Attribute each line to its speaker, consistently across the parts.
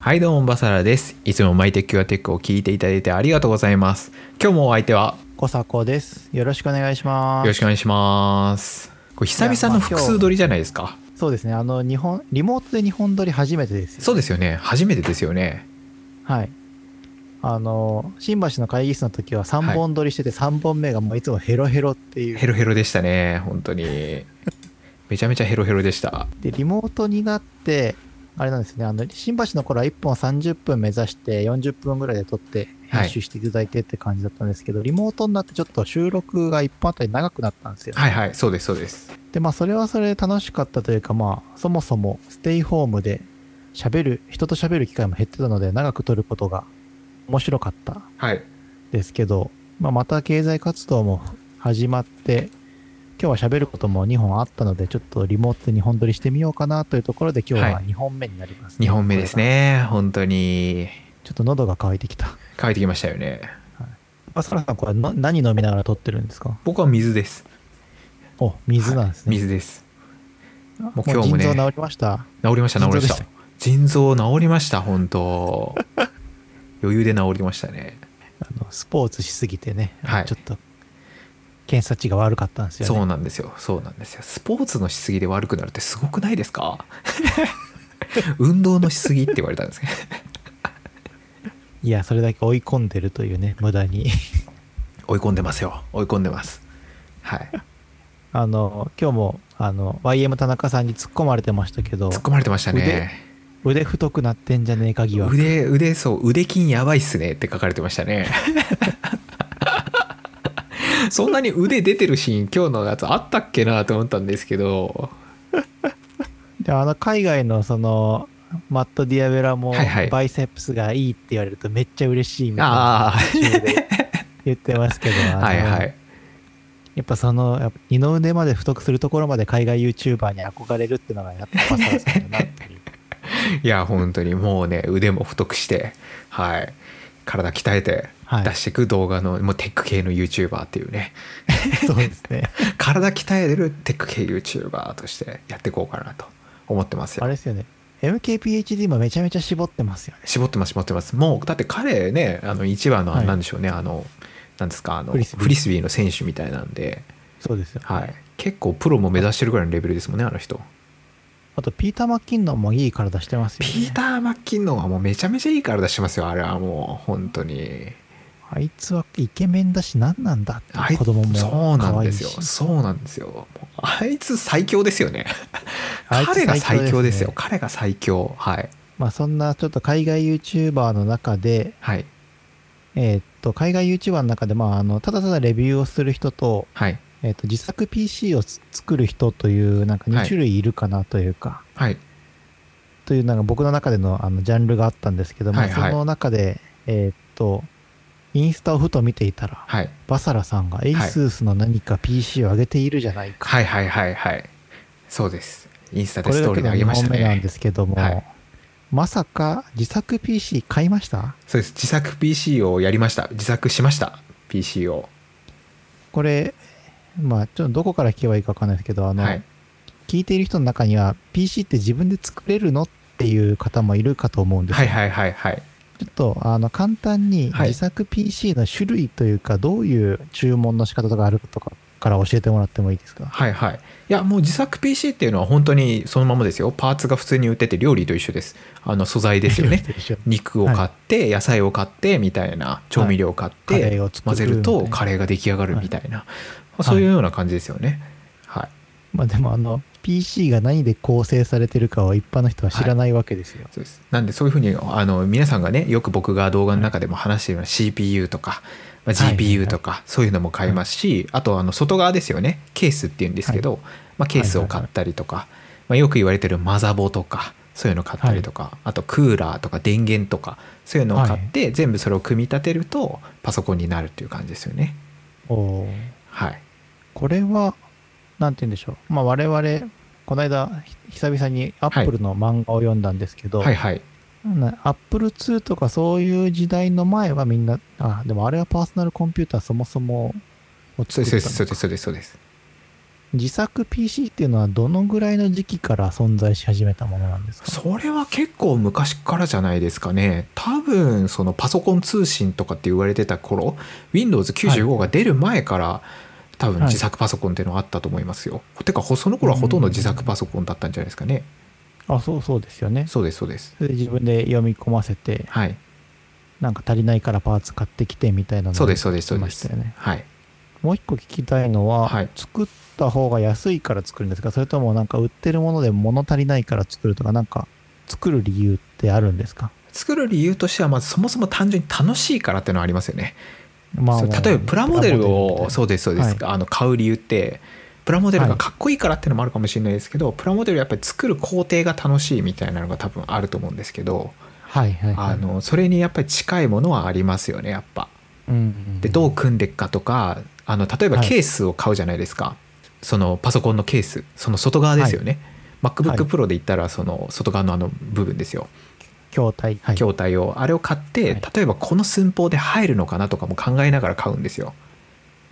Speaker 1: はいどうもバサラですいつもマイテックはテックを聞いていただいてありがとうございます今日もお相手は
Speaker 2: 小迫です。よろしくお願いしま
Speaker 1: よろし
Speaker 2: す。
Speaker 1: くお願いしますこれ久々の複数撮りじゃないですか、
Speaker 2: そうですね。あの日本リモートで日本撮り初めてですよ。
Speaker 1: そうですよね初めてですよね
Speaker 2: はい。あの新橋の会議室の時は
Speaker 1: は
Speaker 2: 3
Speaker 1: い
Speaker 2: 本撮りしてて3本目がもういつもヘロヘロっていう。
Speaker 1: ヘロヘロでしたね本当にめちゃめちゃヘロヘロでした
Speaker 2: でリモートになってあれなんですね。あの新橋の頃は1本30分目指して40分ぐらいで撮って
Speaker 1: はい
Speaker 2: 編集していただいてって感じだったんですけど、リモートになってちょっと収録が1本あたり長くなったんですよ。
Speaker 1: はいはいそうですそうです
Speaker 2: でまあそれはそれで楽しかったというかまあそもそもステイホームで喋る人と喋る機会も減ってたので長く撮ることが面白かった
Speaker 1: はい
Speaker 2: ですけど、まあ、また経済活動も始まって今日は喋ることも2本あったのでちょっとリモートで2本撮りしてみようかなというところで今日は
Speaker 1: は
Speaker 2: 2本目になります、
Speaker 1: 2本目ですね本当に
Speaker 2: ちょっと喉が渇いてきた
Speaker 1: 書いてきましたよね
Speaker 2: あさらさんこれな何飲みながら撮ってるんですか
Speaker 1: 僕は水です
Speaker 2: お水なんですね、
Speaker 1: 水です
Speaker 2: も
Speaker 1: う今日もね
Speaker 2: 腎臓治りました
Speaker 1: 治りました治りました腎臓治りました本当余裕で治りましたね
Speaker 2: あのスポーツしすぎてね、
Speaker 1: はい
Speaker 2: ちょっと検査値が悪かったんですよね
Speaker 1: そうなんですよそうなんですよスポーツのしすぎで悪くなるってすごくないですか 運動のしすぎって言われたんですけど
Speaker 2: いやそれだけ追い込んでるというね無駄に
Speaker 1: 追い込んでますよ追い込んでますはい
Speaker 2: あの今日もあの YM 田中さんに突っ込まれてましたけど
Speaker 1: 突っ込まれてましたね
Speaker 2: 腕太くなってんじゃねえか疑惑
Speaker 1: 腕腕そう腕筋やばいっすねって書かれてました ねそんなに腕出てるシーン今日のやつあったっけなと思ったんですけど
Speaker 2: であの海外のそのマット・ディアベラも
Speaker 1: はいはい
Speaker 2: バイセップスがいいって言われるとめっちゃ嬉しいみたいな
Speaker 1: あ
Speaker 2: 途中で 言ってますけど
Speaker 1: あ はい
Speaker 2: あの
Speaker 1: はい
Speaker 2: やっぱそのやっぱ二の腕まで太くするところまで海外 YouTuber に憧れるっていうのがやっぱマサラさんだなっていう
Speaker 1: いや本当にもうね腕も太くしてはい体鍛えて
Speaker 2: はい
Speaker 1: 出していく動画の、もうテック系の YouTuber っていうね
Speaker 2: そうですね
Speaker 1: 体鍛えるテック系 YouTuber としてやっていこうかなと思ってます
Speaker 2: あ
Speaker 1: よ
Speaker 2: れですよね。MKPHD もめちゃめちゃ絞ってますよね。
Speaker 1: 絞ってます絞ってますもうだって彼ねあの一番の
Speaker 2: はい
Speaker 1: なんでしょうね、あのなんですかあの
Speaker 2: フリスビー
Speaker 1: フリスビーの選手みたいなんで、
Speaker 2: そうですよ。
Speaker 1: はい、結構プロも目指してるぐらいのレベルですもんねあの人
Speaker 2: あと、ピーター・マッキンノンもいい体してますよね。
Speaker 1: ピーター・マッキンノンはもうめちゃめちゃいい体してますよあれはもう本当に
Speaker 2: あいつはイケメンだし何なんだって
Speaker 1: あい
Speaker 2: 子供
Speaker 1: そう
Speaker 2: も
Speaker 1: な
Speaker 2: 可
Speaker 1: ん
Speaker 2: 愛
Speaker 1: で
Speaker 2: い
Speaker 1: す
Speaker 2: し
Speaker 1: よ。そうなんですよもうあいつ最強ですよね
Speaker 2: あいつ
Speaker 1: 彼が最強ですよ
Speaker 2: ね
Speaker 1: 彼が最強はい
Speaker 2: まあそんなちょっと海外 YouTuber の中で、
Speaker 1: はい
Speaker 2: えーっと、海外 YouTuber の中で、まああの、ただただレビューをする人と、
Speaker 1: はい
Speaker 2: えーっと、自作 PC をつ作る人という、なんか2種類いるかなというか、
Speaker 1: はい
Speaker 2: というなんか僕の中でのあのジャンルがあったんですけども、
Speaker 1: はいはい
Speaker 2: その中で、えーっと、インスタをふと見ていたら、
Speaker 1: はい
Speaker 2: バサラさんがエイスースの何か PC を上げているじゃないか。
Speaker 1: はいはいはいはいそうですインスタ
Speaker 2: こ
Speaker 1: で
Speaker 2: れ
Speaker 1: スト
Speaker 2: だ
Speaker 1: ーリ
Speaker 2: け
Speaker 1: ーで
Speaker 2: の
Speaker 1: あげ
Speaker 2: 2
Speaker 1: ました
Speaker 2: 本目なん
Speaker 1: ね
Speaker 2: ですけども、
Speaker 1: はい
Speaker 2: まさか自作 PC 買いました
Speaker 1: そうです自作 PC をやりました自作しました PC を
Speaker 2: これ、まあちょっとどこから聞けばいいかわかんないですけど、あの、
Speaker 1: はい
Speaker 2: 聞いている人の中には PC って自分で作れるのっていう方もいるかと思うんです
Speaker 1: は
Speaker 2: け
Speaker 1: い
Speaker 2: ど、
Speaker 1: はいはいはい
Speaker 2: ちょっとあの簡単に
Speaker 1: はい
Speaker 2: 自作 PC の種類というか、どういう注文の仕方とかあるとかから教えてもらってもいいですか
Speaker 1: はいはい。いや、もう自作 PC っていうのは本当にそのままですよ。パーツが普通に売ってて料理と一緒です。あの素材ですよね。
Speaker 2: 一緒
Speaker 1: 肉を買って、野菜を買ってみたいな、調味料を買っ
Speaker 2: カ
Speaker 1: て
Speaker 2: レーを作る
Speaker 1: 混ぜる
Speaker 2: み
Speaker 1: と
Speaker 2: たいな
Speaker 1: カレーが出来上がるみたいな、そういうような感じですよね。はい。
Speaker 2: まあでもあの PC が何で構成されてるかは一般の人は知らないわけですよ。
Speaker 1: そうですなんでそういうふうにあの皆さんがねよく僕が動画の中でも話しているような CPU とか、まあ、
Speaker 2: はいはいはい
Speaker 1: GPU とかそういうのも買いますし、あとあの外側ですよねケースっていうんですけど、まあ、ケースを買ったりとか、まあ、よく言われてるマザボとかそういうの買ったりとか、あとクーラーとか電源とかそういうのを買って、全部それを組み立てるとパソコンになるっていう感じですよね。
Speaker 2: おー
Speaker 1: はい、
Speaker 2: これはなんて言うんでしょう、まあ、我々この間ひ久々にアップルの漫画を読んだんですけど、
Speaker 1: はい、はい
Speaker 2: なアップル2とかそういう時代の前はみんなあでもあれはパーソナルコンピューターそもそもを
Speaker 1: そう
Speaker 2: 作
Speaker 1: で
Speaker 2: った
Speaker 1: す
Speaker 2: の
Speaker 1: そうですそうですそうです
Speaker 2: 自作 PC っていうのはどのぐらいの時期から存在し始めたものなんですか
Speaker 1: それは結構昔からじゃないですかね多分そのパソコン通信とかって言われてた頃 Windows95 が出る前から、多分
Speaker 2: はい
Speaker 1: 自作パソコンっていうのはあったと思いますよ、てかほその頃はほとんど自作パソコンだったんじゃないですかね、
Speaker 2: あ、そうそうですよね。
Speaker 1: そうですそうです
Speaker 2: それで自分で読み込ませて、
Speaker 1: はい
Speaker 2: なんか足りないからパーツ買ってきてみたいなの
Speaker 1: そうですそうですそう
Speaker 2: ま
Speaker 1: で
Speaker 2: した
Speaker 1: す
Speaker 2: よね。
Speaker 1: はい
Speaker 2: もう一個聞きたいのは、
Speaker 1: はい
Speaker 2: 作った方が安いから作るんですかそれともなんか売ってるもので物足りないから作るとか、なんか作る理由ってあるんですか
Speaker 1: 作る理由としてはまずそもそも単純に楽しいからっていうのはありますよね
Speaker 2: ま
Speaker 1: そう例えばプラモデルをそうですそうです、
Speaker 2: はい
Speaker 1: あの買う理由ってプラモデルがかっこいいからっていうのもあるかもしれないですけど、プラモデルやっぱり作る工程が楽しいみたいなのが多分あると思うんですけど、
Speaker 2: はいはいはい。
Speaker 1: あのそれにやっぱり近いものはありますよねやっぱ。
Speaker 2: うんうんうん、
Speaker 1: でどう組んでいくかとかあの例えば
Speaker 2: はい
Speaker 1: ケースを買うじゃないですか、そのパソコンのケースその外側ですよね、MacBookPro で言ったらその外側のあの部分ですよ
Speaker 2: 筐体。はい、
Speaker 1: 筐体をあれを買って、
Speaker 2: はい
Speaker 1: 例えばこの寸法で入るのかなとかも考えながら買うんですよ。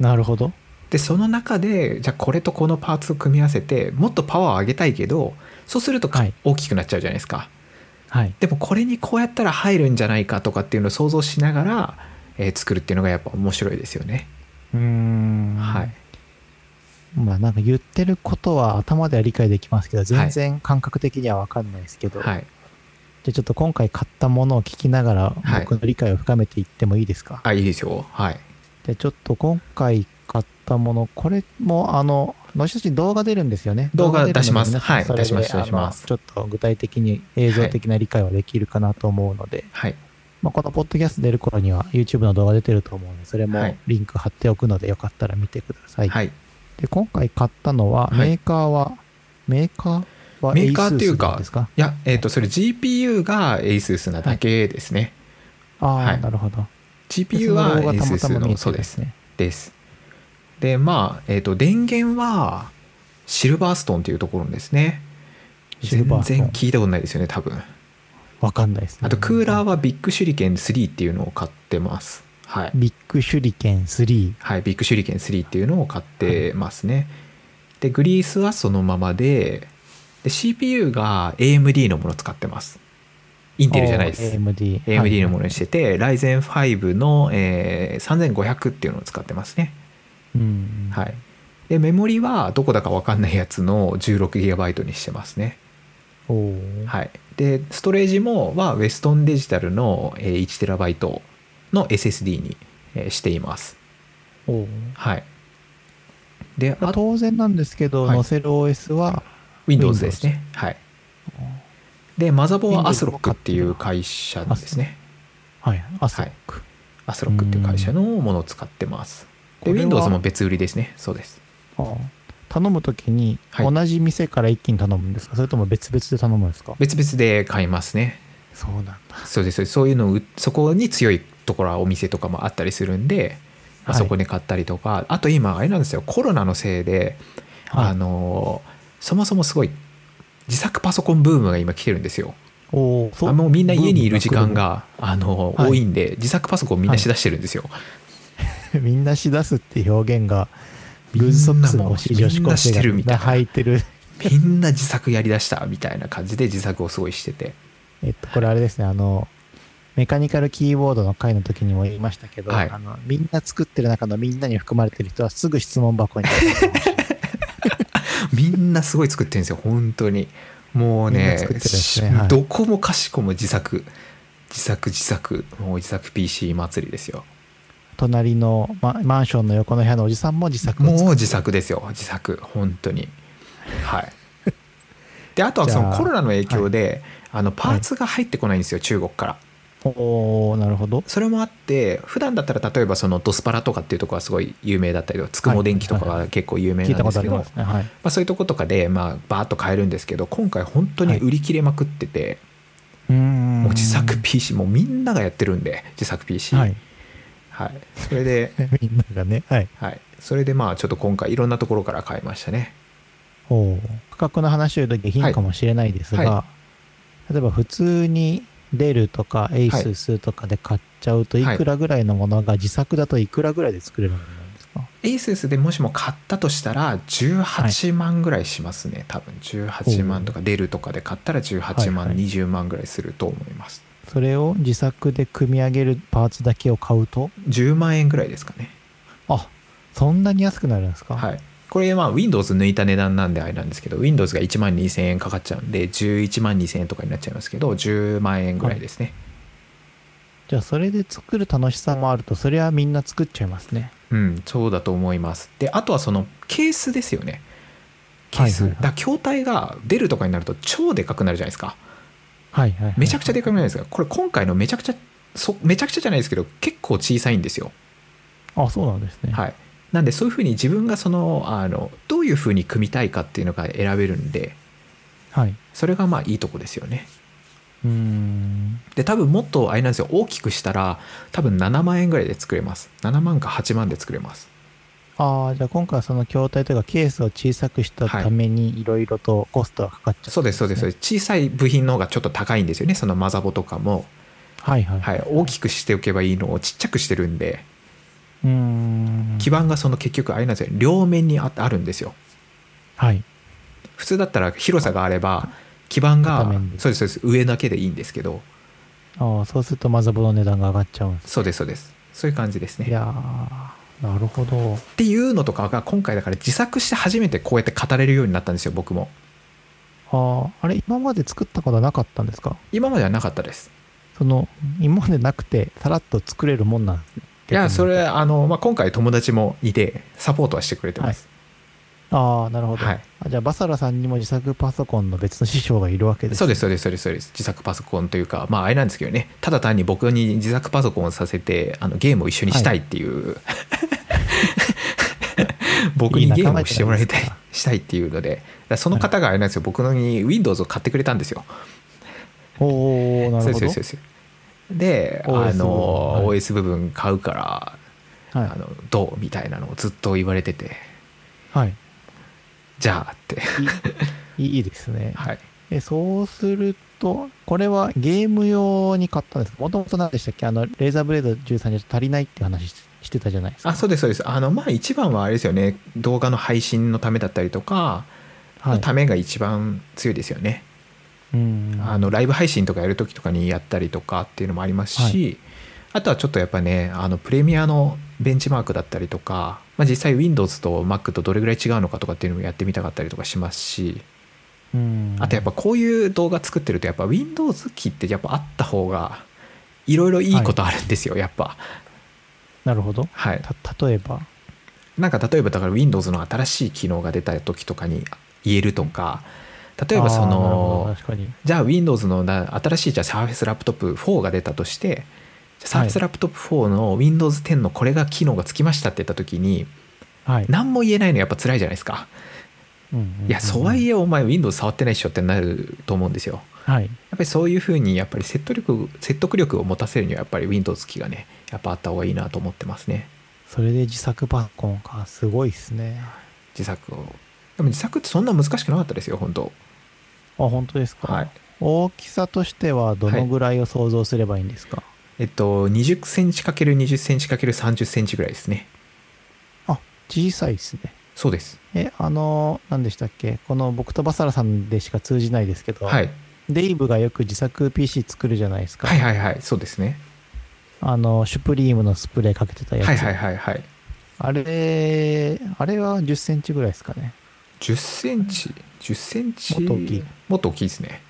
Speaker 2: なるほど。
Speaker 1: でその中でじゃあこれとこのパーツを組み合わせてもっとパワーを上げたいけどそうするとか
Speaker 2: はい
Speaker 1: 大きくなっちゃうじゃないですか、
Speaker 2: はい。
Speaker 1: でもこれにこうやったら入るんじゃないかとかっていうのを想像しながら、えー作るっていうのがやっぱ面白いですよね、
Speaker 2: うーん。
Speaker 1: はい。
Speaker 2: まあなんか言ってることは頭では理解できますけど、全然感覚的にはわかんないですけど、
Speaker 1: はい
Speaker 2: じゃあちょっと今回買ったものを聞きながら、
Speaker 1: はい
Speaker 2: 僕の理解を深めていってもいいですか、
Speaker 1: あいいですよはい
Speaker 2: でちょっと今回買ったもの、これもあの、後々動画出るんですよね。
Speaker 1: 動画
Speaker 2: 出るので
Speaker 1: 出します
Speaker 2: 皆さん
Speaker 1: はい
Speaker 2: それで
Speaker 1: 出します
Speaker 2: あの
Speaker 1: 出します
Speaker 2: ちょっと具体的に映像的な理解はできるかなと思うので、
Speaker 1: はい
Speaker 2: まあ、このポッドキャスト出る頃には YouTube の動画出てると思うので、それも
Speaker 1: はい
Speaker 2: リンク貼っておくので、よかったら見てください。
Speaker 1: はい
Speaker 2: で今回買ったのは、
Speaker 1: はい
Speaker 2: メーカーは、メーカーは
Speaker 1: メーカーっていうか
Speaker 2: ASUS なんですか
Speaker 1: いやえっ、とそれ GPU が ASUS なだけですね、
Speaker 2: ああ、
Speaker 1: はい
Speaker 2: なるほど。
Speaker 1: GPU は
Speaker 2: その動画たまた
Speaker 1: ASUS
Speaker 2: ま見
Speaker 1: の
Speaker 2: えて
Speaker 1: そう
Speaker 2: るん
Speaker 1: です
Speaker 2: ね。
Speaker 1: ですでまあえっ、と電源はシルバーストーンっていうところですね
Speaker 2: シル
Speaker 1: 全
Speaker 2: バーストーン
Speaker 1: 然聞いたことないですよね多分
Speaker 2: わかんないですね。
Speaker 1: あとクーラー
Speaker 2: は。
Speaker 1: はビッグシュリケン3っていうのを買ってます。はい。
Speaker 2: ビッグ手裏剣3。
Speaker 1: はい、ビッグシュリケン3っていうのを買ってますね。で、グリースはそのままで、で CPU が AMD のものを使ってます。インテルじゃないです。
Speaker 2: AMD。。
Speaker 1: AMD のものにしててて、Ryzen 5の、えー3500っていうのを使ってますね。
Speaker 2: うん。
Speaker 1: はい。で、メモリはどこだかわかんないやつの 16GB にしてますね。
Speaker 2: おー
Speaker 1: はい、でストレージもはウェストンデジタルのえー 1TB の SSD にえーしています。
Speaker 2: おー
Speaker 1: はい、で
Speaker 2: まあ
Speaker 1: あと
Speaker 2: 当然なんですけど、
Speaker 1: はい
Speaker 2: 載せる OS は、
Speaker 1: Windows ですね。はい、でマザボはアスロックっていう会社ですね。
Speaker 2: はい、アスロック。
Speaker 1: アスロックっていう会社のものを使ってます。で
Speaker 2: これは
Speaker 1: Windows も別売りですね。そうです。
Speaker 2: あー頼むときに、
Speaker 1: はい
Speaker 2: 同じ店から一気に頼むんですか、それとも別々で頼むんですか
Speaker 1: 別々で買いますね。
Speaker 2: そうなんだ。
Speaker 1: そうですそうですそういうのを売そこに強いところはお店とかもあったりするんで、まあ
Speaker 2: はい
Speaker 1: そこで買ったりとか、あと今あれなんですよコロナのせいで、
Speaker 2: はい
Speaker 1: あのそもそもすごい自作パソコンブームが今来てるんですよ
Speaker 2: おーそ
Speaker 1: あもうみんな家にいる時間。があの、
Speaker 2: はい
Speaker 1: 多いんで自作パソコンみんなしだしてるんですよ、
Speaker 2: ブーム来る みんなしだすっていう表現が、ルーズソックスの欲しい女子高生
Speaker 1: み
Speaker 2: が
Speaker 1: んなしてるみたいな
Speaker 2: 履いてる。
Speaker 1: みんな自作やりだしたみたいな感じで自作をすごいしてて
Speaker 2: えっと、これあれですね、あの、メカニカルキーボードの回の時にも言いましたけど、
Speaker 1: はい
Speaker 2: あのみんな作ってる中のみんなに含まれてる人はすぐ質問箱に入ってました
Speaker 1: みんなすごい作ってるんですよ本当にもう
Speaker 2: みん
Speaker 1: ね
Speaker 2: な作ってるんですねはい
Speaker 1: どこもかしこも自作自作自作もう自作 PC 祭りですよ
Speaker 2: 隣の、ま、マンションの横の部屋のおじさんも自作を作
Speaker 1: もう
Speaker 2: っ
Speaker 1: 自作ですよ自作本当に はいであとは
Speaker 2: じゃ
Speaker 1: そ
Speaker 2: あ
Speaker 1: のコロナの影響で、あのパーツが入ってこないんですよ、中国から
Speaker 2: おーなるほど。
Speaker 1: それもあって普段だったら例えばそのドスパラとかっていうところはすごい有名だったりとかつくも電気とかが結構有名
Speaker 2: 聞い
Speaker 1: なん
Speaker 2: た
Speaker 1: で
Speaker 2: こと
Speaker 1: す
Speaker 2: あ
Speaker 1: け
Speaker 2: り
Speaker 1: ど、
Speaker 2: ますね。はい。
Speaker 1: まあ、そういうとことかで、まあ、バーッと買えるんですけど今回本当に売り切れまくってて、
Speaker 2: うーん
Speaker 1: もう自作 PC もうみんながやってるんで自作 PC
Speaker 2: はい。
Speaker 1: はい、それで
Speaker 2: みんながね。はい。
Speaker 1: はいそれでまあちょっと今回いろんなところから買いましたね
Speaker 2: おー価格の話を言うと下品かもしれないですが、
Speaker 1: はいは
Speaker 2: 例えば普通にデルとかエイススとかで買っちゃうとい
Speaker 1: はい
Speaker 2: くらぐらいのものが自作だといくらぐらいで作れるものなんですか、か
Speaker 1: ASUS でもしも買ったとしたら18万ぐらいしますね、多分18万とか出るとかで買ったら18万、
Speaker 2: はいはい
Speaker 1: 20万ぐらいすると思います
Speaker 2: それを自作で組み上げるパーツだけを買うと
Speaker 1: 10万円ぐらいですかね
Speaker 2: あそんなに安くなるんですかい
Speaker 1: はいこれまあ Windows 抜いた値段なんであれなんですけど Windows が1万2000円かかっちゃうんで11万2000円とかになっちゃいますけど10万円ぐらいですね、
Speaker 2: じゃあそれで作る楽しさもあるとそれはみんな作っちゃいますね
Speaker 1: うんそうだと思いますであとはそのケースですよねケース、
Speaker 2: はいはい
Speaker 1: だ
Speaker 2: はい
Speaker 1: から筐体が出るとかになると超でかくなるじゃないですか
Speaker 2: はいはい、
Speaker 1: めちゃくちゃで
Speaker 2: か
Speaker 1: かくないですかこれ今回のめちゃくちゃそめちゃくちゃじゃないですけど結構小さいんですよ
Speaker 2: あそうなんですねい
Speaker 1: はいなんでそういうふうに自分がそのあのどういうふうに組みたいかっていうのが選べるんで
Speaker 2: はい、
Speaker 1: それがまあいいとこですよね
Speaker 2: うーん
Speaker 1: で多分もっとあれなんですよ大きくしたら多分7万円ぐらいで作れます7万か8万で作れます
Speaker 2: ああじゃあ今回はその筐体というかケースを小さくしたためにいろいろとコストがかかっちゃ
Speaker 1: そうですそうですそうです小さい部品の方がちょっと高いんですよねそのマザボとかも、
Speaker 2: うはいはい、
Speaker 1: はい、大きくしておけばいいのをちっちゃくしてるんで
Speaker 2: うーん
Speaker 1: 基盤がその結局あれなんですよ両面にああるんですよ
Speaker 2: はい
Speaker 1: 普通だったら広さがあれば基盤が
Speaker 2: 片面で
Speaker 1: そうですそうです上だけでいいんですけど
Speaker 2: ああそうするとマザボの値段が上がっちゃうんです
Speaker 1: そうですそうですそういう感じです
Speaker 2: ねい
Speaker 1: ね
Speaker 2: やーなるほど
Speaker 1: っていうのとかが今回だから自作して初めてこうやって語れるようになったんですよ僕も
Speaker 2: あああれ今まで作ったことはなかったんですか
Speaker 1: 今まではなかったです
Speaker 2: その今までなくてさらっと作れるもんなんですね
Speaker 1: いやそれ
Speaker 2: あ
Speaker 1: あの、まあ、今回友達もいてサポートはしてくれてます、
Speaker 2: あなるほど、
Speaker 1: はい
Speaker 2: あじゃあバサラさんにも自作パソコンの別の師匠がいるわけです
Speaker 1: そうですそうですそうですそうです自作パソコンというかまああれなんですけどねただ単に僕に自作パソコンをさせてあのゲームを一緒にしたいっていう、 僕にゲームをしてもらいたい
Speaker 2: いい仲間じゃない
Speaker 1: したいっていうのでだからその方があれなんですよ僕のに Windows を買ってくれたんですよ
Speaker 2: おおなるほど
Speaker 1: そうですそうですそうですで
Speaker 2: OS
Speaker 1: あの
Speaker 2: 部分はい
Speaker 1: OS 部分買うから、
Speaker 2: はい
Speaker 1: あのどうみたいなのをずっと言われてて
Speaker 2: はい
Speaker 1: じゃあって
Speaker 2: いいいいですね、
Speaker 1: はい
Speaker 2: えそうするとこれはゲーム用に買ったんですかもともと何でしたっけあのレーザーブレード13に足りないって話ししてたじゃないですか
Speaker 1: あそうですそうですあのまあ一番はあれですよね動画の配信のためだったりとか
Speaker 2: はい
Speaker 1: のためが一番強いですよね、
Speaker 2: うん
Speaker 1: あのライブ配信とかやる時とかにやったりとかっていうのもありますし、あとはちょっとやっぱねあのプレミアのベンチマークだったりとか、まあ、実際 Windows と Mac とどれぐらい違うのかとかっていうのもやってみたかったりとかしますし
Speaker 2: うん
Speaker 1: あとやっぱこういう動画作ってるとやっぱ Windows 機ってやっぱあった方がいろいろいいことあるんですよ、やっぱ
Speaker 2: なるほど
Speaker 1: はい
Speaker 2: た例えば
Speaker 1: なんか例えばだから Windows の新しい機能が出た時とかに言えるとか例えばそ
Speaker 2: あーなるほ
Speaker 1: の
Speaker 2: ど確かに
Speaker 1: じゃあ Windows のな新しいじゃあ Surface Laptop 4が出たとしてじゃあ
Speaker 2: はい
Speaker 1: Surface Laptop 4の Windows 10のこれが機能がつきましたって言った時に
Speaker 2: はい、
Speaker 1: 何も言えないのやっぱ辛いじゃないですか
Speaker 2: うんうんうん
Speaker 1: いやそうはいえお前 Windows 触ってないっしょってなると思うんですよ
Speaker 2: はい
Speaker 1: やっぱりそういうふうにやっぱり説得力説得力を持たせるにはやっぱり Windows 機がねやっぱあった方がいいなと思ってますね
Speaker 2: それで自作パソコンかすごいっすね
Speaker 1: 自作をでも自作ってそんな難しくなかったですよ本当
Speaker 2: あ本当ですか、
Speaker 1: はい
Speaker 2: 大きさとしてはどのぐらいを想像すればいいんですか、
Speaker 1: えっと 20cm×20cm×30cm ぐらいですね
Speaker 2: あ小さいっすね
Speaker 1: そうです
Speaker 2: えあの何でしたっけこの僕とバサラさんでしか通じないですけど、
Speaker 1: はい
Speaker 2: デイブがよく自作 PC 作るじゃないですか、
Speaker 1: はいはいはいそうですね
Speaker 2: あのシュプリームのスプレーかけてたやつ、
Speaker 1: はいはいはいはい
Speaker 2: あれあれは1 0センチぐらいですかね
Speaker 1: 10センチ10センチ
Speaker 2: もっと大きい
Speaker 1: もっと大きいですね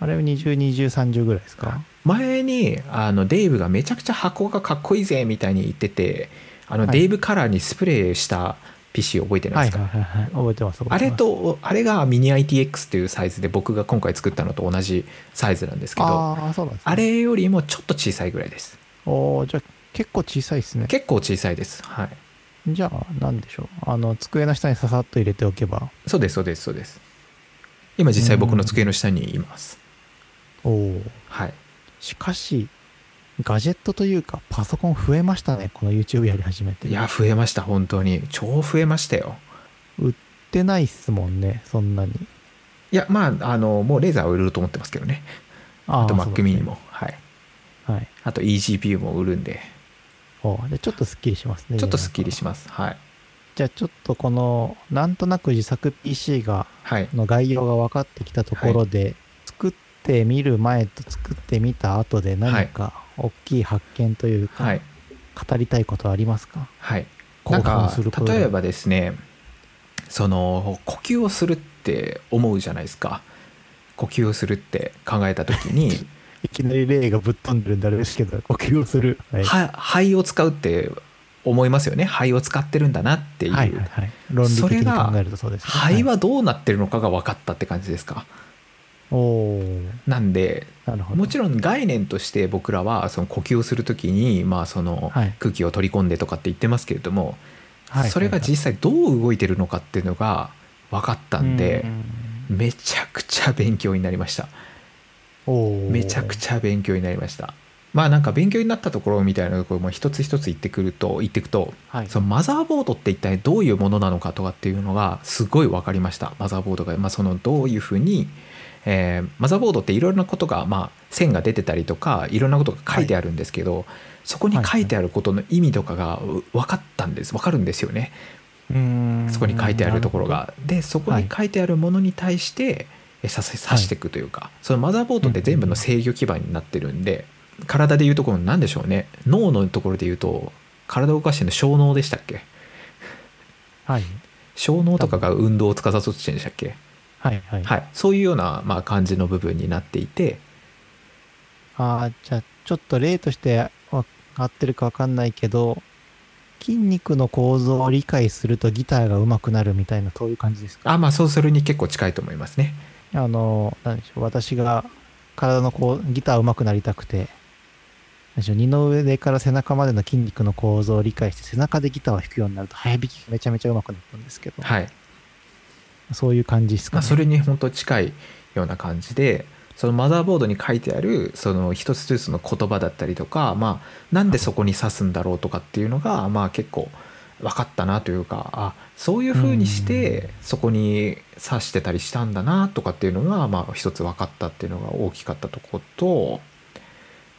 Speaker 2: あれは202030ぐらいですか
Speaker 1: 前にあのデイブがめちゃくちゃ箱がかっこいいぜみたいに言っててあの、
Speaker 2: はい
Speaker 1: デイブカラーにスプレーした PC 覚えてないで
Speaker 2: はい
Speaker 1: すか、
Speaker 2: はいはいはい覚えてます覚
Speaker 1: あ
Speaker 2: えて
Speaker 1: れ
Speaker 2: ます
Speaker 1: とあれがミニ ITX っていうサイズで僕が今回作ったのと同じサイズなんですけどあ
Speaker 2: ああそうなんです、ね、
Speaker 1: れよりもちょっと小さいぐらいです
Speaker 2: おーじゃあ結構小さいですね
Speaker 1: 結構小さいですはい
Speaker 2: じゃあ何でしょうあの机の下にささっと入れておけば
Speaker 1: そうですそうですそうです今実際僕の机の下にいます
Speaker 2: おお
Speaker 1: はい
Speaker 2: しかしガジェットというかパソコン増えましたねこの YouTube やり始めて
Speaker 1: いや増えました本当に超増えましたよ
Speaker 2: 売ってないっすもんねそんなに
Speaker 1: いやまああのもうレーザーを売ると思ってますけどね
Speaker 2: あ
Speaker 1: あ
Speaker 2: ー
Speaker 1: と
Speaker 2: そう
Speaker 1: Mac
Speaker 2: ですね
Speaker 1: mini も、はい
Speaker 2: はい
Speaker 1: あと eGPU も売るんで
Speaker 2: おうでちょっとすっきりしますね。
Speaker 1: ちょっとすっきり
Speaker 2: し
Speaker 1: しますはい
Speaker 2: じゃあちょっとこの、なんとなく自作 PC が、
Speaker 1: はい
Speaker 2: の概要が分かってきたところで、作ってみる前と作ってみた後で何か大きい発見というか、
Speaker 1: はい
Speaker 2: 語りたいことはありますか
Speaker 1: はいな
Speaker 2: 興
Speaker 1: ん
Speaker 2: 奮
Speaker 1: か
Speaker 2: することで
Speaker 1: 例えばですねその呼吸をするって思うじゃないですか呼吸をするって考えた時に
Speaker 2: いきなり霊がぶっ飛んでるんであれですけど、呼吸をする。 はい
Speaker 1: は肺を使うって思いますよね肺を使ってるんだなっていう、
Speaker 2: はいはいはい。論理
Speaker 1: そ
Speaker 2: 的
Speaker 1: れ
Speaker 2: に
Speaker 1: が
Speaker 2: 考えるとそうですね、
Speaker 1: 肺はどうなってるのかが分かったって感じですか
Speaker 2: いおー
Speaker 1: なんで
Speaker 2: なるほど。
Speaker 1: もちろん概念として僕らはその呼吸をする時にまあその
Speaker 2: はい
Speaker 1: 空気を取り込んでとかって言ってますけれども、
Speaker 2: はいはい
Speaker 1: それが実際どう動いてるのかっていうのが分かったんで
Speaker 2: う、ん
Speaker 1: めちゃくちゃ勉強になりました
Speaker 2: おー
Speaker 1: めちゃくちゃ勉強になりましたまあなんか勉強になったところみたいなところも一つ一つ言ってくると言っていくと
Speaker 2: はい
Speaker 1: そのマザーボードって一体どういうものなのかとかっていうのがすごい分かりましたマザーボードが、まあ、そのどういうふうに、えーマザーボードっていろいろなことが、まあ、線が出てたりとかいろんなことが書いてあるんですけど、そこに書いてあることの意味とかがう分かったんです分かるんですよね
Speaker 2: うん
Speaker 1: そこに書いてあるところが。でそこに書いてあるものに対してえさせ刺していくというか、そのマザーボードって全部の制御基盤になってるんで、体でいうところの何でしょうね脳のところでいうと体を動かしてるの小脳でしたっけ
Speaker 2: はい
Speaker 1: 小脳とかが運動を司ってるんでしたっけ、
Speaker 2: はいはい。
Speaker 1: はい、そういうような、まあ、感じの部分になっていて
Speaker 2: ああ、じゃあ、ちょっと例としてわ合ってるかわかんないけど、筋肉の構造を理解するとギターが上手くなるみたいな、そういう感じですか
Speaker 1: あまあそうそれに結構近いと思いますね
Speaker 2: あの、なんでしょう、私が体のこう、ギター上手くなりたくて、なんでしょう、二の腕から背中までの筋肉の構造を理解して、背中でギターを弾くようになると、早弾きがめちゃめちゃ上手くなったんですけど、
Speaker 1: はい、
Speaker 2: そういう感じです
Speaker 1: ま
Speaker 2: か
Speaker 1: あ、
Speaker 2: ね。
Speaker 1: それに本当近いような感じでそのマザーボードに書いてあるその一つ一つの言葉だったりとか、まあ、なんでそこに指すんだろうとかっていうのが、まあ、結構分かったなというかあそういうふうにしてそこに指してたりしたんだなとかっていうのが、まあ、一つ分かったっていうのが大きかったとこと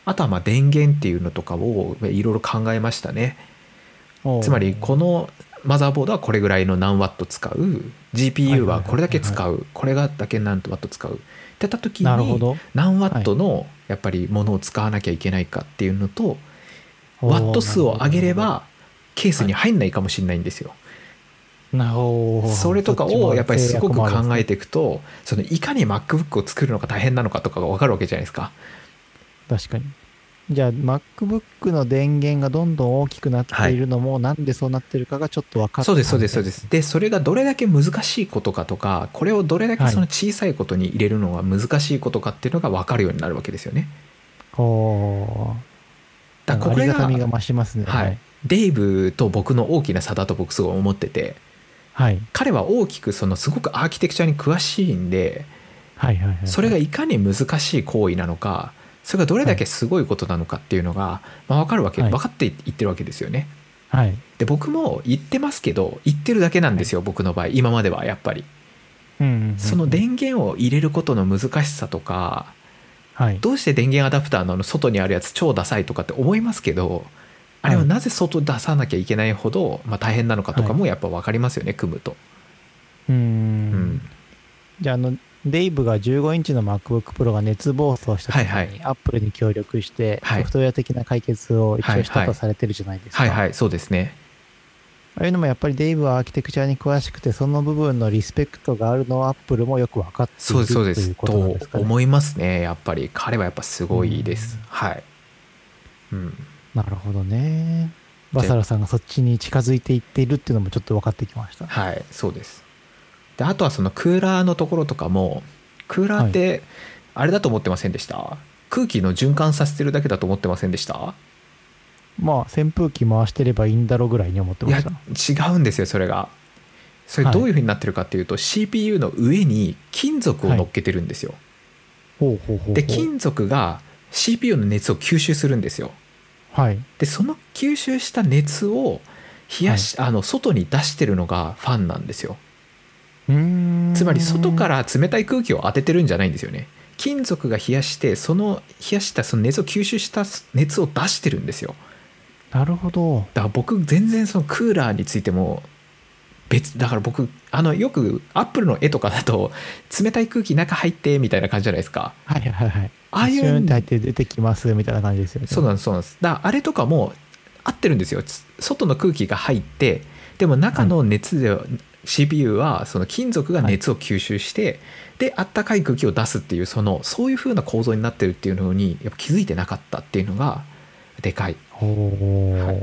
Speaker 1: あとはまあ電源っていうのとかをいろいろ考えましたね。
Speaker 2: おう
Speaker 1: つまりこのマザーボードはこれぐらいの何ワット使う GPU はこれだけ使うこれがだけ何ワット使うって言った時
Speaker 2: なるほ
Speaker 1: に
Speaker 2: ど。
Speaker 1: 何ワットのやっぱりものを使わなきゃいけないかっていうのとワット数を上げればケースに入んないかもしれないんですよ。
Speaker 2: なおー
Speaker 1: それとかをやっぱりすごく
Speaker 2: そっちも制約も
Speaker 1: 考
Speaker 2: ある
Speaker 1: えていくとそのいかに MacBook を作るのが大変なのかとかが分かるわけじゃないですか。
Speaker 2: 確かに。じゃあ、MacBook の電源がどんどん大きくなっているのも、なんでそうなってるかがちょっと分かった。
Speaker 1: そうですそうですそうで。すでそれがどれだけ難しいことかとかこれをどれだけその小さいことに入れるのが難しいことかっていうのが分かるようになるわけですよね
Speaker 2: おー
Speaker 1: だからこれ
Speaker 2: あり
Speaker 1: が
Speaker 2: がたみが増しますね。
Speaker 1: はい、デイブと僕の大きな差だと僕すごい思ってて
Speaker 2: はい。
Speaker 1: 彼は大きくそのすごくアーキテクチャに詳しいんで
Speaker 2: はい。はい。はい。はい
Speaker 1: それが、いかに難しい行為なのかそれがどれだけすごいことなのかっていうのが、まあ、分かるわけ
Speaker 2: はい
Speaker 1: 分かっていってるわけですよね
Speaker 2: はい。
Speaker 1: で僕も言ってますけど言ってるだけなんですよ僕の場合今まではやっぱり
Speaker 2: うんうんうん
Speaker 1: その、電源を入れることの難しさとか
Speaker 2: はい。
Speaker 1: どうして電源アダプターのあの外にあるやつ超ダサいとかって思いますけどあれはなぜ外出さなきゃいけないほど、まあ、大変なのかとかもやっぱ分かりますよね、組むと、
Speaker 2: うー
Speaker 1: うんん。
Speaker 2: じゃあ、あの、デイブが15インチの MacBook Pro が熱暴走した時に、
Speaker 1: はいはい
Speaker 2: アップルに協力して、
Speaker 1: はい
Speaker 2: ソフトウェア的な解決を一応したとされてるじゃないですか。
Speaker 1: はいはいそうですね
Speaker 2: ああいうのもやっぱりデイブはアーキテクチャに詳しくて、その部分のリスペクトがあるのはアップルもよく分かっている
Speaker 1: そうですそうで
Speaker 2: とい
Speaker 1: す
Speaker 2: うことなん
Speaker 1: と
Speaker 2: ですかね。
Speaker 1: 思いますねやっぱり彼はやっぱすごいです、
Speaker 2: うん
Speaker 1: はい、うん、
Speaker 2: なるほどね。バサラさんがそっちに近づいていっているっていうのもちょっと分かってきました。
Speaker 1: はいそうですであとはそのクーラーのところとかもクーラーってあれだと思ってませんでした、空気の循環させてるだけだと思ってませんでした
Speaker 2: まあ、扇風機回してればいいんだろうぐらいに思ってました。
Speaker 1: いや違うんですよそれがそれどういうふうになってるかっていうと、CPU の上に金属を乗っけてるんですよ、
Speaker 2: ほうほうほうほう。
Speaker 1: で金属が CPU の熱を吸収するんですよ
Speaker 2: はい。
Speaker 1: でその吸収した熱を冷やし、あの外に出してるのがファンなんですよ
Speaker 2: うーん。
Speaker 1: つまり外からら冷たい空気を当ててるんじゃないんですよね金属が冷やしてその冷やしたその熱を吸収した熱を出してるんですよ
Speaker 2: なるほど。
Speaker 1: だから僕全然そのクーラーについても別だから僕あのよくアップルの絵とかだと冷たい空気中入ってみたいな感じじゃないですか
Speaker 2: はいはいはい。
Speaker 1: ああい
Speaker 2: シューンっ
Speaker 1: う
Speaker 2: て入って出てきますみたいな感じですよね。
Speaker 1: そうなんですそうなんですだからあれとかも合ってるんですよつ外の空気が入ってでも中の熱で、CPU はその金属が熱を吸収して、であったかい空気を出すっていうそのそういう風な構造になってるっていうのにやっぱ気づいてなかったっていうのがでかい
Speaker 2: おお、
Speaker 1: はい
Speaker 2: い。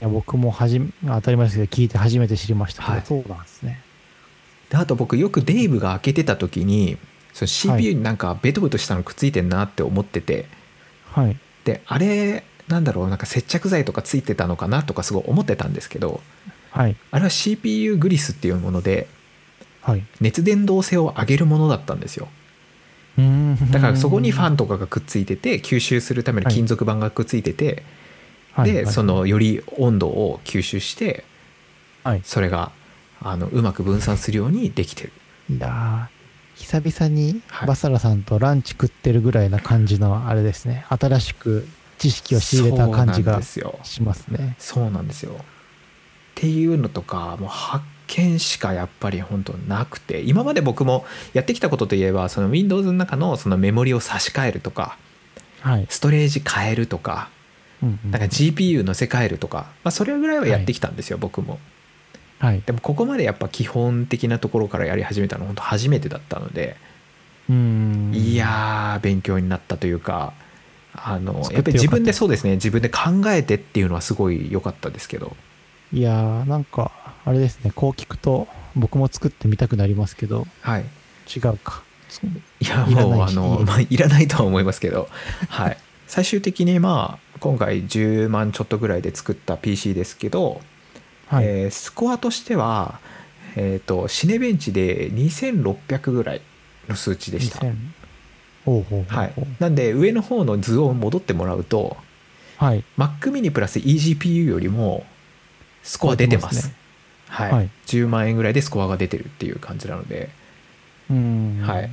Speaker 2: や、僕もはじめ、当たり前ですけど、聞いて初めて知りましたけど、
Speaker 1: はい
Speaker 2: そうなんですね。
Speaker 1: であと僕よくデイブが開けてた時にその
Speaker 2: はい
Speaker 1: CPU になんかベトベトしたのくっついてんなって思ってて、
Speaker 2: はい。
Speaker 1: であれなんだろうなんか接着剤とかついてたのかなとかすごい思ってたんですけど
Speaker 2: はい。
Speaker 1: あれは CPU グリスっていうもので
Speaker 2: はい。
Speaker 1: 熱伝導性を上げるものだったんですよ
Speaker 2: うん
Speaker 1: だからそこにファ
Speaker 2: ン
Speaker 1: ンとかがくっついてて吸収するための金属板がくっついてて、でそ
Speaker 2: の、
Speaker 1: のより温度を吸収して
Speaker 2: はい
Speaker 1: それがあのうまく分散するようにできてる
Speaker 2: いやー久々に
Speaker 1: はい
Speaker 2: バサラさんとランチ食ってるぐらいな感じのあれですね。新しく知識を仕入れた感
Speaker 1: そ
Speaker 2: じ
Speaker 1: うなん
Speaker 2: が
Speaker 1: ですよ
Speaker 2: しますね。
Speaker 1: そうなんですよ。っていうのとかもう発見しかやっぱり本当なくて今まで僕もやってきたことといえばその Windows の中のそのメモリを差し替えるとか
Speaker 2: はい。
Speaker 1: ストレージ変えるとか
Speaker 2: うんうん
Speaker 1: なんか GPU 乗せ替えるとか、まあ、それぐらいはやってきたんですよ、僕も
Speaker 2: はい。
Speaker 1: でもここまでやっぱ基本的なところからやり始めたの本当初めてだったので、
Speaker 2: うん。
Speaker 1: いやー勉強になったというかあの
Speaker 2: 作
Speaker 1: や
Speaker 2: っ
Speaker 1: っぱ
Speaker 2: て
Speaker 1: り
Speaker 2: よか
Speaker 1: 自
Speaker 2: った
Speaker 1: 分でそうですね自分で考えてっていうのはすごい良かったですけど
Speaker 2: いやーなんか、あれですね。こう聞くと、僕も作ってみたくなりますけど、
Speaker 1: はい
Speaker 2: 違うか。
Speaker 1: いや
Speaker 2: いらない
Speaker 1: もうあの
Speaker 2: いらない
Speaker 1: まあいらないとは思いますけど、はい、最終的にまあ今回10万ちょっとぐらいで作った PC ですけど、
Speaker 2: はい。
Speaker 1: えースコアとしては、えー、とシネベンチで2600ぐらいの数値でした、
Speaker 2: 2000ほうほうほうほう
Speaker 1: はい、なんで上の方の図を戻ってもらうと
Speaker 2: はい。
Speaker 1: Mac mini プラス eGPU よりもスコア出てます
Speaker 2: 出てますね
Speaker 1: はい
Speaker 2: はい
Speaker 1: 10万円ぐらいでスコアが出てるっていう感じなので
Speaker 2: うん。
Speaker 1: はい。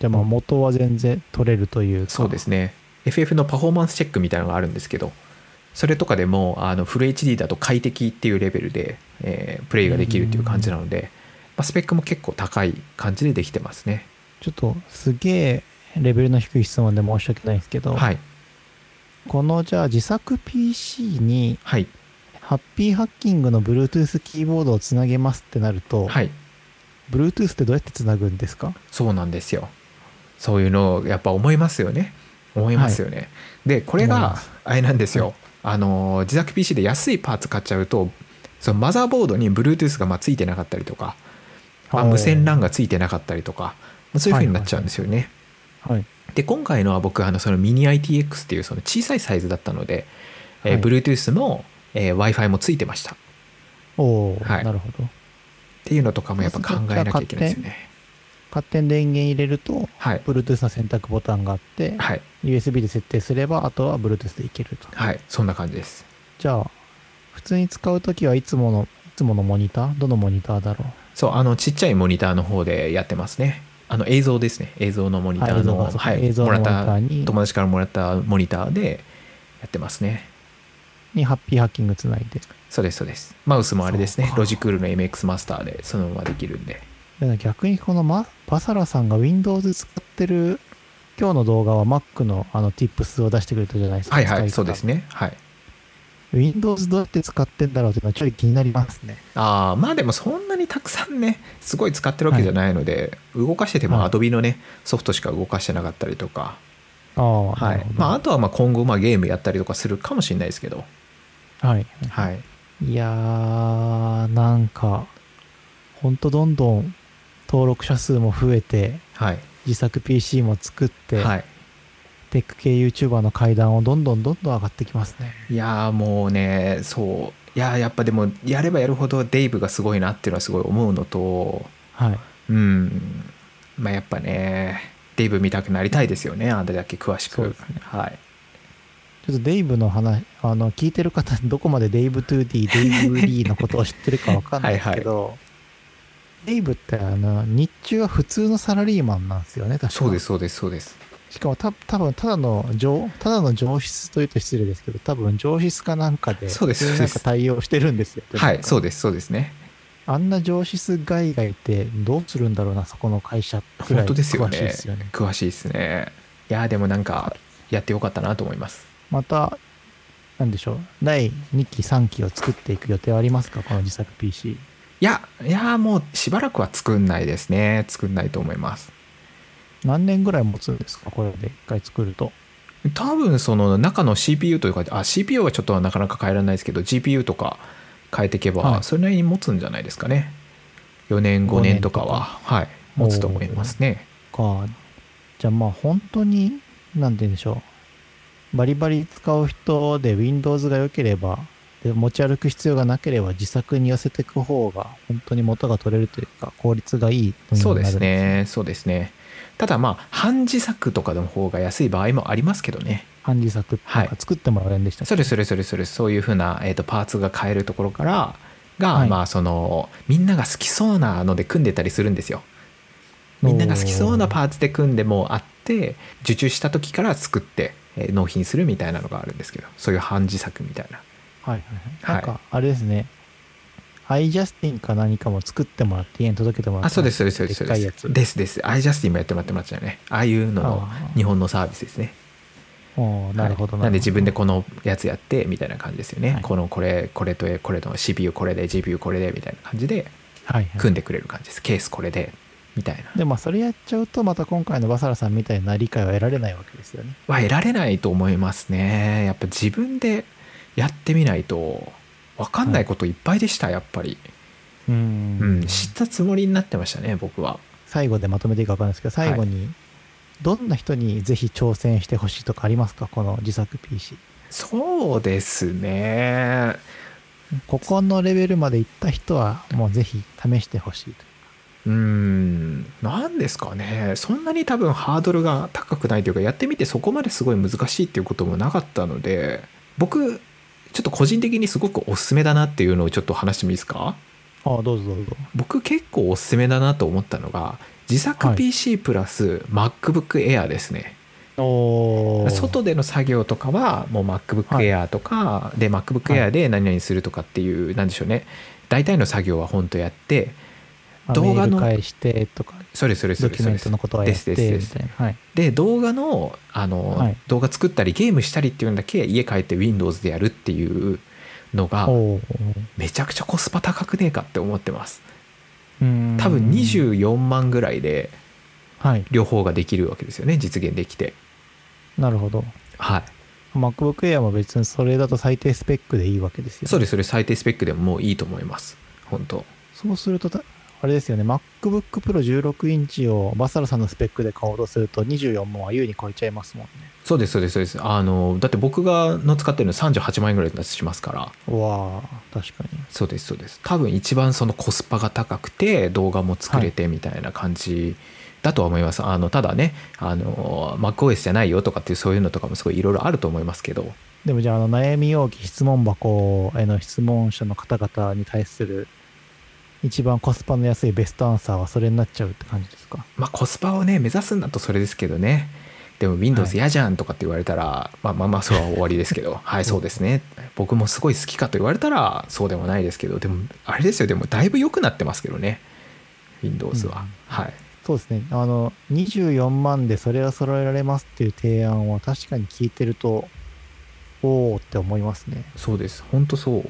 Speaker 2: じゃあまあ元は全然取れるというか。
Speaker 1: そうですね FF のパフォーマンスチェックみたいなのがあるんですけどそれとかでもあのフル HD だと快適っていうレベルで、えープレイができるっていう感じなので、まあ、スペックも結構高い感じでできてますね
Speaker 2: ちょっとすげえレベルの低い質問で申し訳ないんですけど、
Speaker 1: はい
Speaker 2: このじゃあ自作 PC に
Speaker 1: はい
Speaker 2: ハッピーハッキングの Bluetooth キーボードをつなげますってなると、
Speaker 1: はい
Speaker 2: Bluetooth ってどうやってつなぐんですか
Speaker 1: そうなんですよそういうのをやっぱ思いますよね思いますよね、でこれ
Speaker 2: 思い
Speaker 1: が
Speaker 2: ます
Speaker 1: あれなんですよ、あの自作 PC で安いパーツ買っちゃうとそのマザーボードに Bluetooth がまあついてなかったりとか、まあ、無線 LAN がついてなかったりとかまあそういう風になっちゃうんですよね、
Speaker 2: はい。
Speaker 1: で今回のは僕あのそのミニ ITX っていうその小さいサイズだったので、えー
Speaker 2: はい
Speaker 1: Bluetooth も、え w i f i もついてましたっ
Speaker 2: おー、
Speaker 1: はい
Speaker 2: なるほど。
Speaker 1: ていうのとかもやっぱ考えなきゃいけないですよね
Speaker 2: 勝手に電源入れると、
Speaker 1: はい
Speaker 2: Bluetooth の選択ボタンがあって、
Speaker 1: はい
Speaker 2: USB で設定すれば、あとは Bluetooth でいけると。
Speaker 1: はいそんな感じです
Speaker 2: じゃあ、普通に使うときはいつもの、いつものモニターどのモニターだろ
Speaker 1: そうあのちっちゃいモニターの方でやってますねあの映像ですね映像のモニターの
Speaker 2: あ映像か
Speaker 1: はい
Speaker 2: 映像の
Speaker 1: もらっ
Speaker 2: モニタ
Speaker 1: た
Speaker 2: ーに
Speaker 1: 友達からもらったモニターでやってますね
Speaker 2: うにハッピーハッキングつないで。
Speaker 1: そうですそうですマウスもあれです
Speaker 2: そ
Speaker 1: ね
Speaker 2: うか
Speaker 1: ロジクールの MX マスターでそのままできるんで
Speaker 2: だから逆にこのマバサラさんが Windows 使ってる今日の動画は Mac のあの Tips を出してくれたじゃないですか。
Speaker 1: はいはい
Speaker 2: 使
Speaker 1: そう
Speaker 2: 方
Speaker 1: です。ねはい
Speaker 2: Windows どうやって使ってんだろうっていうのはちょっと気になりますね。
Speaker 1: ああまあでもそんなにたくさんねすごい使ってるわけじゃないので、動かしてても
Speaker 2: はい
Speaker 1: Adobe のねソフトしか動かしてなかったりとか、
Speaker 2: ああ、
Speaker 1: は
Speaker 2: ないるほど
Speaker 1: まあ、あとはまあ今後まあゲームやったりとかするかもしれないですけど、
Speaker 2: はい。
Speaker 1: はい、
Speaker 2: いやー、なんか、ほんとどんどん登録者数も増えて、
Speaker 1: はい
Speaker 2: 自作 PC も作って、
Speaker 1: はい、
Speaker 2: テック系 YouTuber の階段をどんどんどんどん上がってきますね。
Speaker 1: いやーもうねそういやーやっぱでもやればやるほどデイブがすごいなっていうのはすごい思うのと
Speaker 2: はい。
Speaker 1: うんまあやっぱねデイブ見たくなりたいですよねあんだけ詳し
Speaker 2: そ
Speaker 1: く、
Speaker 2: うですね
Speaker 1: はい
Speaker 2: ちょっとデイブの話、あの、聞いてる方、どこまでデイブ 2D、デイブリーのことを知ってるかわかんないですけど、デイブって、あの、日中は普通のサラリーマンなんですよね、確か
Speaker 1: そうですそうですそうです
Speaker 2: しかもた多分ただの上ただの上質というと失礼ですけど多分上質かなんかで
Speaker 1: そうですそう
Speaker 2: な
Speaker 1: で
Speaker 2: んか
Speaker 1: す
Speaker 2: 対応してるんですよ
Speaker 1: はいそううですそうですね
Speaker 2: あんな上質外外ってどうするんだろうなそこの会社くら
Speaker 1: 本
Speaker 2: い
Speaker 1: 当ですよ
Speaker 2: 詳
Speaker 1: ね
Speaker 2: しいですよね
Speaker 1: 詳しいですねいやーでもなんかやってよかったなと思います
Speaker 2: またなんでしょう第2期3期を作っていく予定はありますかこの自作 PC
Speaker 1: いやいやーもうしばらくは作んないですね作んないと思います
Speaker 2: 何年ぐらい持つんですかこれで一回作ると
Speaker 1: 多分その中の CPU というかあ CPU はちょっとなかなか変えられないですけど GPU とか変えていけ
Speaker 2: は
Speaker 1: ば
Speaker 2: い
Speaker 1: それなりに持つんじゃないですかね4年5年とかははい持つと思いますね
Speaker 2: かじゃあまあ本当に何て言うんでしょうバリバリ使う人で Windows が良ければで持ち歩く必要がなければ自作に寄せていく方が本当に元が取れるというか効率がいいとい
Speaker 1: そう
Speaker 2: の
Speaker 1: うで
Speaker 2: になる
Speaker 1: すねそうですねただまあ半自作とかの方が安い場合もありますけどね
Speaker 2: 半自作と
Speaker 1: は
Speaker 2: か
Speaker 1: い
Speaker 2: 作ってもらうんでしたっけ
Speaker 1: それそれそれそれそういうふうな、えー、とパーツが変えるところからが、
Speaker 2: はい
Speaker 1: まあそのみんなが好きそうなので組んでたりするんですよみんなが好きそうなパーツで組んでもうあって受注した時から作ってえー納品するみたいなのがあるんですけどそういう半自作みたいな
Speaker 2: はいはいはい。なん
Speaker 1: は
Speaker 2: か、あれですね。アイジャスティンか何かも作ってもらって家に届けてもらって。
Speaker 1: あそうですそうですそうですそう
Speaker 2: でっかい
Speaker 1: で
Speaker 2: やつ
Speaker 1: すですですアイジャスティンもやってもらってましたよねああいうのの
Speaker 2: ああ
Speaker 1: 日本のサービスですね
Speaker 2: おーなるほ
Speaker 1: は
Speaker 2: ど
Speaker 1: いなんで自分で
Speaker 2: こ
Speaker 1: このやつやってみたいな感じですよね、
Speaker 2: はい
Speaker 1: このこれこれとこれの CPU これで GPU これでみたいな感じで
Speaker 2: はいはい
Speaker 1: 組んでくれる感じですケースこれでみたいな
Speaker 2: でまあそれやっちゃうとまた今回のバサラさんみたいな理解は得られないわけですよね。
Speaker 1: は得られないと思いますねやっぱ自分でやってみないと分かんないこといっぱいでした、やっぱり、
Speaker 2: う
Speaker 1: うん
Speaker 2: ん、
Speaker 1: 知ったつもりになってましたね僕は
Speaker 2: 最後でまとめていいか分かんないですけど最後にどんな人にぜひ挑戦してほしいとかありますかこの自作 PC。
Speaker 1: そうですね
Speaker 2: ここのレベルまで行った人はもうぜひ試してほしいと。
Speaker 1: うん何ですかねそんなに多分ハードルが高くないというかやってみてそこまですごい難しいっていうこともなかったので僕ちょっと個人的にすごくおすすめだなっていうのをちょっと話してもいいですか
Speaker 2: ああどうぞどうぞ。
Speaker 1: 僕結構おすすめだなと思ったのが自
Speaker 2: は
Speaker 1: 作
Speaker 2: い
Speaker 1: PC プラス MacBookAir ですね、
Speaker 2: おー
Speaker 1: 外での作業とかはもう MacBookAir とか、で MacBookAir で何々するとかっていう、なんでしょうね大体の作業は本当やって
Speaker 2: あ
Speaker 1: 動画の
Speaker 2: メール返してとか
Speaker 1: それそれそ
Speaker 2: ド
Speaker 1: れ
Speaker 2: キュ
Speaker 1: そ
Speaker 2: メ
Speaker 1: れ
Speaker 2: ントのことはやってみた
Speaker 1: です
Speaker 2: い
Speaker 1: で
Speaker 2: な。
Speaker 1: す
Speaker 2: はい。
Speaker 1: で動画のあの、
Speaker 2: はい
Speaker 1: 動画作ったりゲームしたりっていうのだけ家帰って Windows でやるっていうのが
Speaker 2: おう
Speaker 1: めちゃくちゃコスパ高くねえかって思ってます
Speaker 2: うん
Speaker 1: 多分24万ぐらいで
Speaker 2: はい。
Speaker 1: 両方ができるわけですよね実現できて
Speaker 2: なるほど。
Speaker 1: はい
Speaker 2: MacBook Air も別にそれだと最低スペックでいいわけですよね、
Speaker 1: そうですそれ最低スペックでももういいと思います本当
Speaker 2: そうするとた、あれですよね、MacBook Pro 16インチをバサラさんのスペックで買おうとすると24万は優に超えちゃいますもんね。
Speaker 1: そうですそうですそうですあのだって僕がの使ってるの38万円ぐらいしますから
Speaker 2: うわあ、確かに。
Speaker 1: そうですそうです多分一番そのコスパが高くて動画も作れてみたいな感じだとは思います、あのただねあの MacOS じゃないよとかっていうそういうのとかもすごいいろいろあると思いますけど
Speaker 2: でもじゃあ、あの悩み容器質問箱への質問者の方々に対する一番コスパの安いベストアンサーはそれになっちゃうって感じですか。
Speaker 1: まあコスパをね目指すんだとそれですけどねでも
Speaker 2: は
Speaker 1: Windows
Speaker 2: い
Speaker 1: 嫌じゃんとかって言われたら、まあまあまあそれは終わりですけど はいそうですね僕もすごい好きかと言われたらそうでもないですけどでもあれですよでもだいぶ良くなってますけどね Windows は、
Speaker 2: うん
Speaker 1: はい
Speaker 2: そうですね。あの、24万でそれが揃えられますっていう提案は確かに聞いてると、おおって思いますね。
Speaker 1: そうです本当そう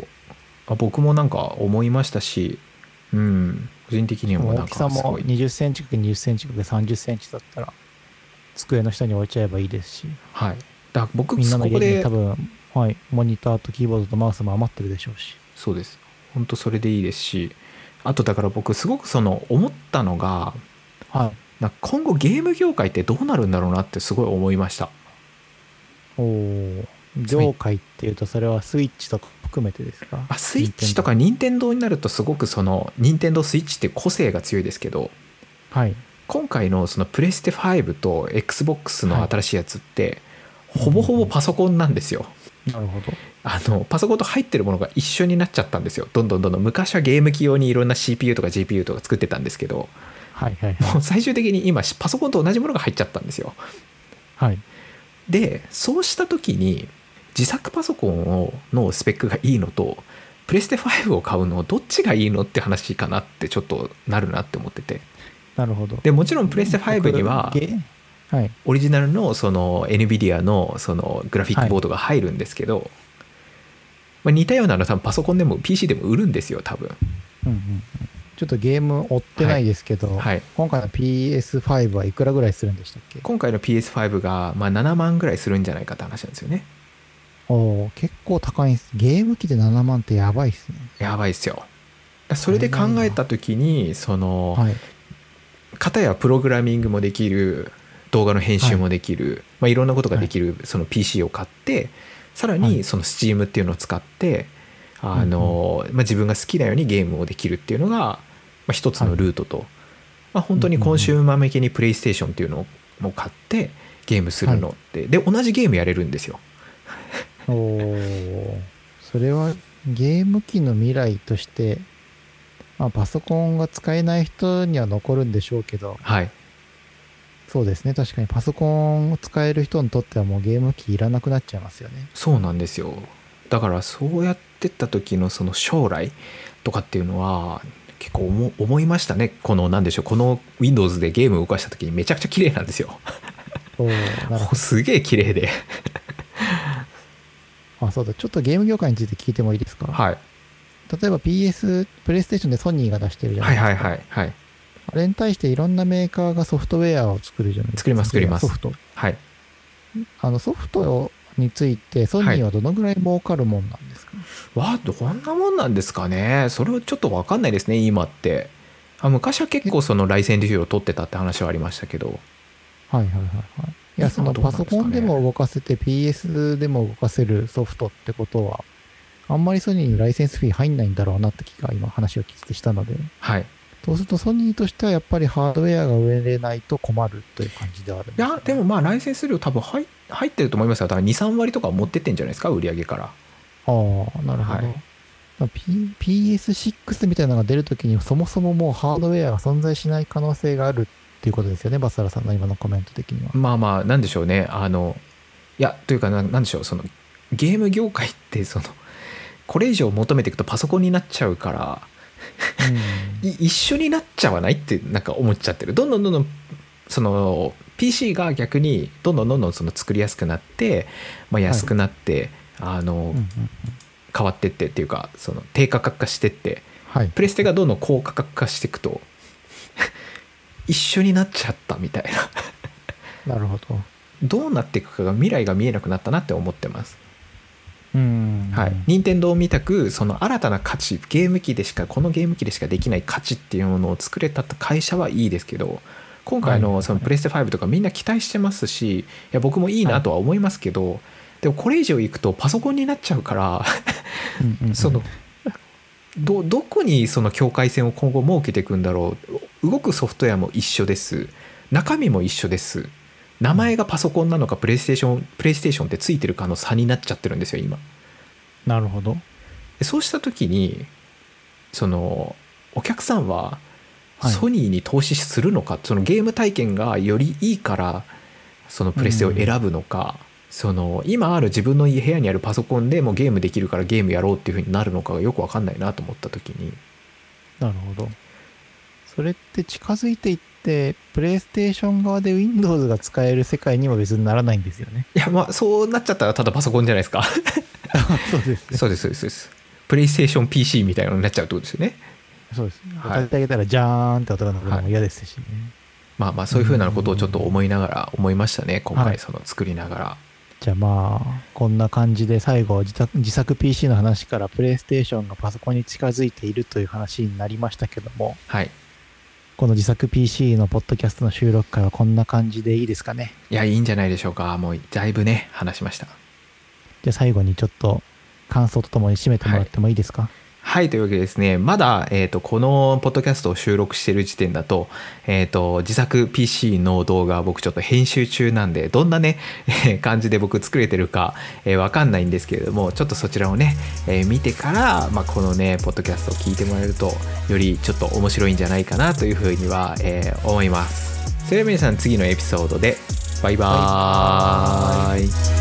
Speaker 1: あ僕もなんか思いましたしうん個人的にもな
Speaker 2: 大
Speaker 1: ん
Speaker 2: きさ
Speaker 1: かす
Speaker 2: も
Speaker 1: ごい
Speaker 2: 20センチか20センチか30センチだったら机の下に置いちゃえばいいですし
Speaker 1: はいだから僕
Speaker 2: みんな
Speaker 1: そ
Speaker 2: の
Speaker 1: こ
Speaker 2: 家に
Speaker 1: で
Speaker 2: 多分、はい、モニターとキーボードとマウスも余ってるでしょうし
Speaker 1: そうです本当それでいいですしあとだから僕すごくその思ったのが
Speaker 2: はい
Speaker 1: なんか今後ゲーム業界ってどうなるんだろうなってすごい思いました
Speaker 2: おー業界っていうとそれはスイッチとか含めてですか
Speaker 1: あスイッチとか任天堂になるとすごくその任天堂スイッチって個性が強いですけど
Speaker 2: はい
Speaker 1: 今回のそのプレステ5と XBOX の新しいやつって、
Speaker 2: はい
Speaker 1: ほぼほぼパソコンなんですよ、
Speaker 2: なるほど
Speaker 1: あのパソコンと入ってるものが一緒になっちゃったんですよどんどんどんどん昔はゲーム機用にいろんな CPU とか GPU とか作ってたんですけど
Speaker 2: はいはいはい
Speaker 1: もう最終的に今パソコンと同じものが入っちゃったんですよ
Speaker 2: はい。
Speaker 1: でそうした時に自作パソコンをのスペックがいいのとプレステ5を買うのどっちがいいのって話かなってちょっとなるなって思ってて
Speaker 2: なるほど。
Speaker 1: でもちろんプレステ5には
Speaker 2: 僕だけはい。
Speaker 1: オリジナルのその NVIDIA のそのグラフィックボードが入るんですけど、まあ、似たようなの多分パソコンでも PC でも売るんですよ多分
Speaker 2: うんうんうんちょっとゲーム追ってないですけど、
Speaker 1: はい
Speaker 2: 今回の PS5 はいくらぐらいするんでしたっけ
Speaker 1: 今回の PS5 がまあ7万ぐらいするんじゃないかって話なんですよね
Speaker 2: おー結構高いんです。ゲーム機で7万ってやばいっすね。
Speaker 1: やばいっすよそれで考えた時にその、
Speaker 2: はい。
Speaker 1: 片やプログラミングもできる動画の編集もできる、いまあ、いろんなことができるその PC を買ってさら
Speaker 2: は
Speaker 1: に
Speaker 2: い
Speaker 1: その Steam っていうのを使ってあの、まあ、自分が好きなようにゲームをできるっていうのが、まあ、一つのルートと、まあ、本当にコンシューマー向けに PlayStation っていうのをもう買ってゲームするのって、で同じゲームやれるんですよ。
Speaker 2: おーそれはゲーム機の未来として、まあ、パソコンが使えない人には残るんでしょうけど、
Speaker 1: はい、
Speaker 2: そうですね。確かにパソコンを使える人にとってはもうゲーム機いらなくなっちゃいますよね。
Speaker 1: そうなんですよだからそうやってった時のその将来とかっていうのは結構思思いましたねこのなんでしょうこの Windows でゲームを動かした時にめちゃくちゃ綺麗なんですよ
Speaker 2: おーなるほ
Speaker 1: すげえ綺麗で
Speaker 2: ど。あ、そうだ。ちょっとゲーム業界について聞いてもいいですか
Speaker 1: はい
Speaker 2: 例えば PS、プレイステーションでソニーが出してるじゃない
Speaker 1: はい
Speaker 2: ですか。
Speaker 1: はいはいはい
Speaker 2: あれに対していろんなメーカーがソフトウェアを作るじゃないですか。
Speaker 1: 作ります作ります
Speaker 2: ソフト。
Speaker 1: はい
Speaker 2: あのソフトについてソニーはどのぐらい儲かるもんなんですか、
Speaker 1: わあどんなもんなんですかねそれはちょっと分かんないですね今ってあ昔は結構そのライセンス料を取ってたって話はありましたけど
Speaker 2: はい、はいはいはいはい。いや、その
Speaker 1: どうな
Speaker 2: パ
Speaker 1: んですか
Speaker 2: ソ
Speaker 1: ね
Speaker 2: コンでも動かせて PS でも動かせるソフトってことは、あんまりソニーにライセンスフィー入んないんだろうなって気が今話を聞いてしたので、
Speaker 1: はい
Speaker 2: そうするとソニーとしてはやっぱりハードウェアが売れないと困るという感じではあるん
Speaker 1: い
Speaker 2: す
Speaker 1: やでもまあライセンス料多分入入ってると思いますよだから23割とかは持ってってんじゃないですか売り上げから
Speaker 2: ああ、なるほど。
Speaker 1: はい
Speaker 2: まあ P- PS6 みたいなのが出るときに、そもそももうハードウェアが存在しない可能性があるっていうことですよね、バサラさんの今のコメント的には。
Speaker 1: まあまあなんでしょうねあのいやというかななんでしょうそのゲーム業界ってそのこれ以上求めていくとパソコンになっちゃうからい一緒になっちゃわないってなんか思っちゃってるどんどんどんどんその PC が逆にどんどんどんどんその作りやすくなって、まあ、安くなって、あの
Speaker 2: うんうんうん
Speaker 1: 変わってってっていうかその低価格化してって
Speaker 2: はい。
Speaker 1: プレステがどんどん高価格化していくと 一緒になっちゃったみたいな
Speaker 2: なるほど。
Speaker 1: どうなっていくかが未来が見えなくなったなって思ってます
Speaker 2: うん
Speaker 1: はい、任天堂みたくその新たな価値ゲーム機でしかこのゲーム機でしかできない価値っていうものを作れた会社はいいですけど今回
Speaker 2: は
Speaker 1: の
Speaker 2: い
Speaker 1: そのプレステ5とかみんな期待してますしいや僕もいいなとは思いますけど、でもこれ以上いくとパソコンになっちゃうから
Speaker 2: うんうんうん
Speaker 1: そのどどこにその境界線を今後設けていくんだろう動くソフトウェアも一緒です中身も一緒です名前がパソコンなのかプレイステーションプレイステーションってついてるかの差になっちゃってるんですよ今
Speaker 2: なるほど。
Speaker 1: でそうした時にそのお客さんは
Speaker 2: はい
Speaker 1: ソニーに投資するのか、そのゲーム体験がよりいいからそのプレステを選ぶのか、その今ある自分の部屋にあるパソコンでもうゲームできるからゲームやろうっていう風になるのかがよく分かんないなと思った時に
Speaker 2: なるほど。それって近づいていって、プレイステーション側で Windows が使える世界には別にならないんですよね。
Speaker 1: いやまあそうなっちゃったらただパソコンじゃないですか
Speaker 2: そうですね。
Speaker 1: そうですそうですそうですプレイステーション PC みたいなのになっちゃうってことですよね
Speaker 2: そうです。当
Speaker 1: はい
Speaker 2: たってあげたら、じゃーんって音が鳴るのも嫌ですしね。
Speaker 1: まあまあそういう風なことをちょっと思いながら思いましたね今
Speaker 2: は
Speaker 1: 回
Speaker 2: い
Speaker 1: その作りながら、
Speaker 2: じゃあまあ、こんな感じで最後自作、自作 PC の話からプレイステーションがパソコンに近づいているという話になりましたけども、
Speaker 1: はい
Speaker 2: この自作 PC のポッドキャストの収録会はこんな感じでいいですかね。
Speaker 1: いやいいんじゃないでしょうかもうだいぶね話しました
Speaker 2: じゃあ最後にちょっと感想とともに締めてもらってもいいですか、
Speaker 1: はいというわけでですねまだ、えー、とこのポッドキャストを収録している時点だと,、えー、と自作 PC の動画は僕ちょっと編集中なんでどんなね、 えー感じで僕作れてるか、え分かんないんですけれどもちょっとそちらをね、えー見てから、まあ、このねポッドキャストを聞いてもらえるとよりちょっと面白いんじゃないかなというふうには、えー思います。それでは皆さん次のエピソードでバイバーイ